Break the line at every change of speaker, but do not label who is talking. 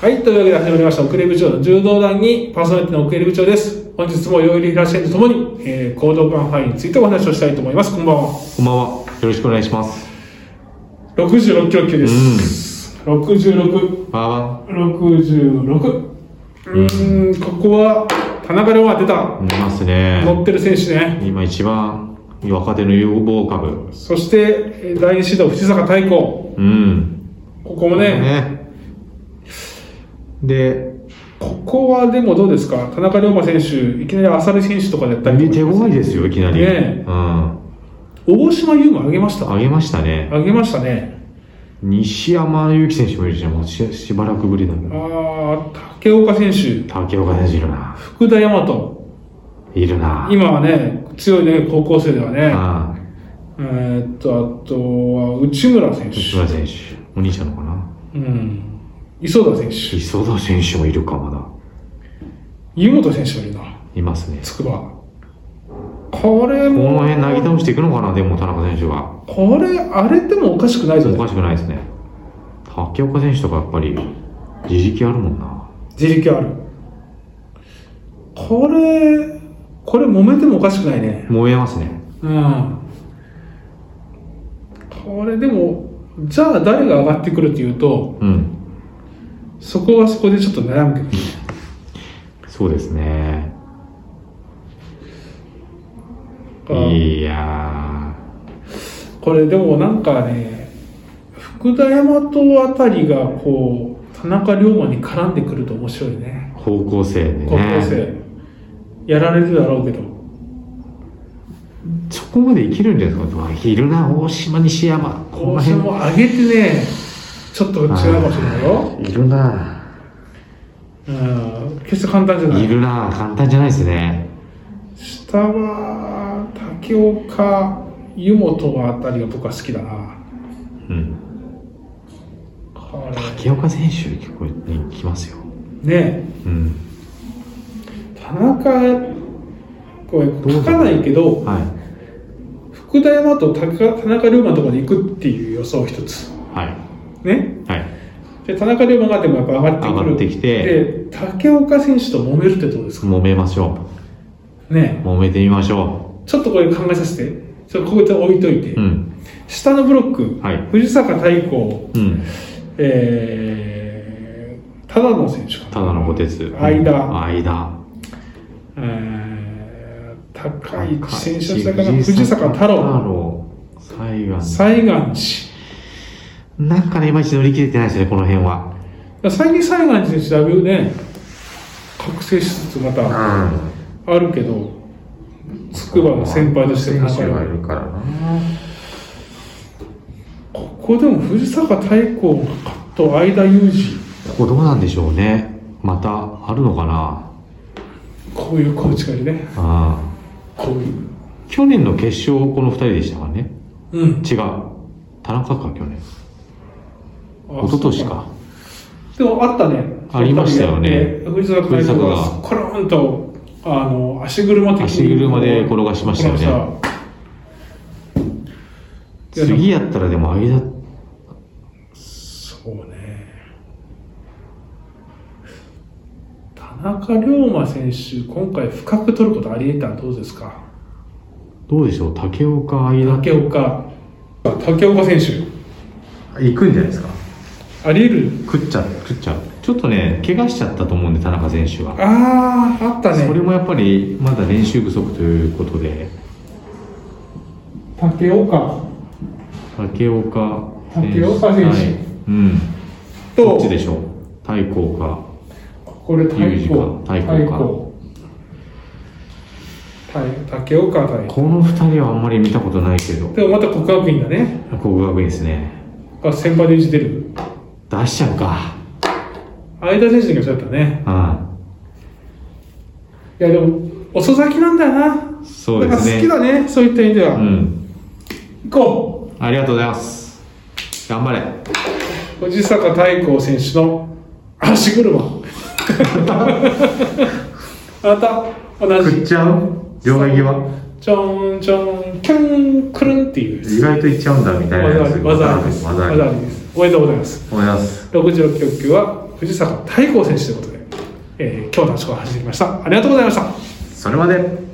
はい、というわけで始まりました、奥入部長の柔道団にパーソナリティの奥入部長です。本日も代々木東園とともに、えー、行動版ファインについてお話をしたいと思います。こんばんは。
こんばんは。よろしくお願いします。
66キロ級です。66、
わーわ
66。うーん、ここは、田中亮が出た
ー。、見ますね。
乗ってる選手ね。
今一番若手の有望株。
そして、えー第二指導、藤坂太鼓。
うん。
ここもね、
ね。で、
ここはでもどうですか田中龍馬選手、いきなり浅利選手とかでやったり
手
とか、
強いですよ、いきなり。
ね
うん。
大島優馬上げました
上げましたね。
上げましたね。
西山由紀選手もいるじゃん。もうししばらくぶりだな。
ああ、竹岡選手、
竹岡選手いるな。
福田大和。
いるな。
今はね、強いね、高校生ではね。
ああ、
えーっと、あとは内村選
内
手。
村選手。お兄ちゃんのかな。
うん。磯田選手。
磯田選手もいるか、まだ。
湯本選手もいるな。
いますね。
筑波。これ
こ
も、
の辺投げ倒していくのかな、でも田中選手は。
これ、あれでもおかしくないぞ
お。かしくないですね竹岡選手とかやっぱり自力あるもんな
自力ある。これ、これ揉めてもおかしくないね。
燃えますね
うんこれでもじゃあ誰が上がってくるっていうと
うん
そこはそこでちょっと悩むけど
そうですね
うん
いや
これでもなんかね福田大和あたりがこう田中龍馬に絡んでくると面白いね
ー方向性でね
高校生やられるだろうけど
そこまで生きるんじゃないですかうわいるな大島西山この
甲子園
辺
も上げてねちょっと違うかもしれないよ、
いるな
うん、決して簡単じゃない
いるな簡単じゃないですね
下は竹岡湯本あたりが僕は好きだな
うん
こ
竹岡選手結構人気きますよ
れね
うん
え田中これ
うぞ
書かないけど
はい
福田山と高田中龍馬のところに行くっていう予想を一つ
はい
ね
はい
で田中龍馬がでもやっぱ上がってくる
上がってきて
で竹岡選手と揉めるってどうですか
揉めましょう
ね
揉めてみましょ
えちょっとこれ考えさせてちょっとここで置いといて、
ううん
下のブロック、
はい
藤坂太鼓
うん
えー、ただの選手かな
ただの虎鉄
間
間
えー高い選手だから藤坂太郎
郎西岸
西岸
なんかねいまいち乗り切れてないですねこの辺は
寺最近西岸寺選手だいぶね覚醒しつつまたあるけど筑波の先輩として
選
考
手
え
がい
る
るからな
ここでも藤坂太鼓と相田裕二
ここどうなんでしょうねまたあるのかな
こういうコーチがいるね
あ
こういう
去年の決勝この2人でしたからね
うん
違う田中か去年一昨年か
でもあったね。
ありましたよね
藤坂海斗が
藤坂が
コロンとあの足車的に
足車で転がしましたよね
いやでも
次やったらでも間
そうね。田中龍馬選手、今回深く取ることありえたらどうですか
どうでしょう竹岡間
竹岡、竹岡選手、
行くんじゃないですか
ありえる
食っちゃう食っちゃうちょっとね怪我しちゃったと思うんで田中選手は
ああ、あった
それ
ね。
もやっぱりまだ練習不足ということで
竹岡
竹岡
竹岡選手
はいうんど
と
っち、でしょう対抗か
これ太鼓、
太鼓か
太鼓。太竹岡太
この2人はあんまり見たことないけど
でもまた国学院だね。
国学院ですね
あ先輩で出てる。
出しちゃうか
相田選手がそうやったね。
う
いやでも、遅咲きなんだよな。
んそうですね
だから好きだね、そういった意味では。
うん
行こ
ありがとうございます頑張れ
う藤坂太鼓選手の足 車。また同じ。
ちゃう
両替
は
ちょんちょん、キュン、くるんっていう。
外といっちゃうんだみ
技あり、技ありです。技ありです。おめでとうございます。
思います
66キロ級は藤坂大光選手ということで、えー今日の話を走りました。ありがとうございました。
それまで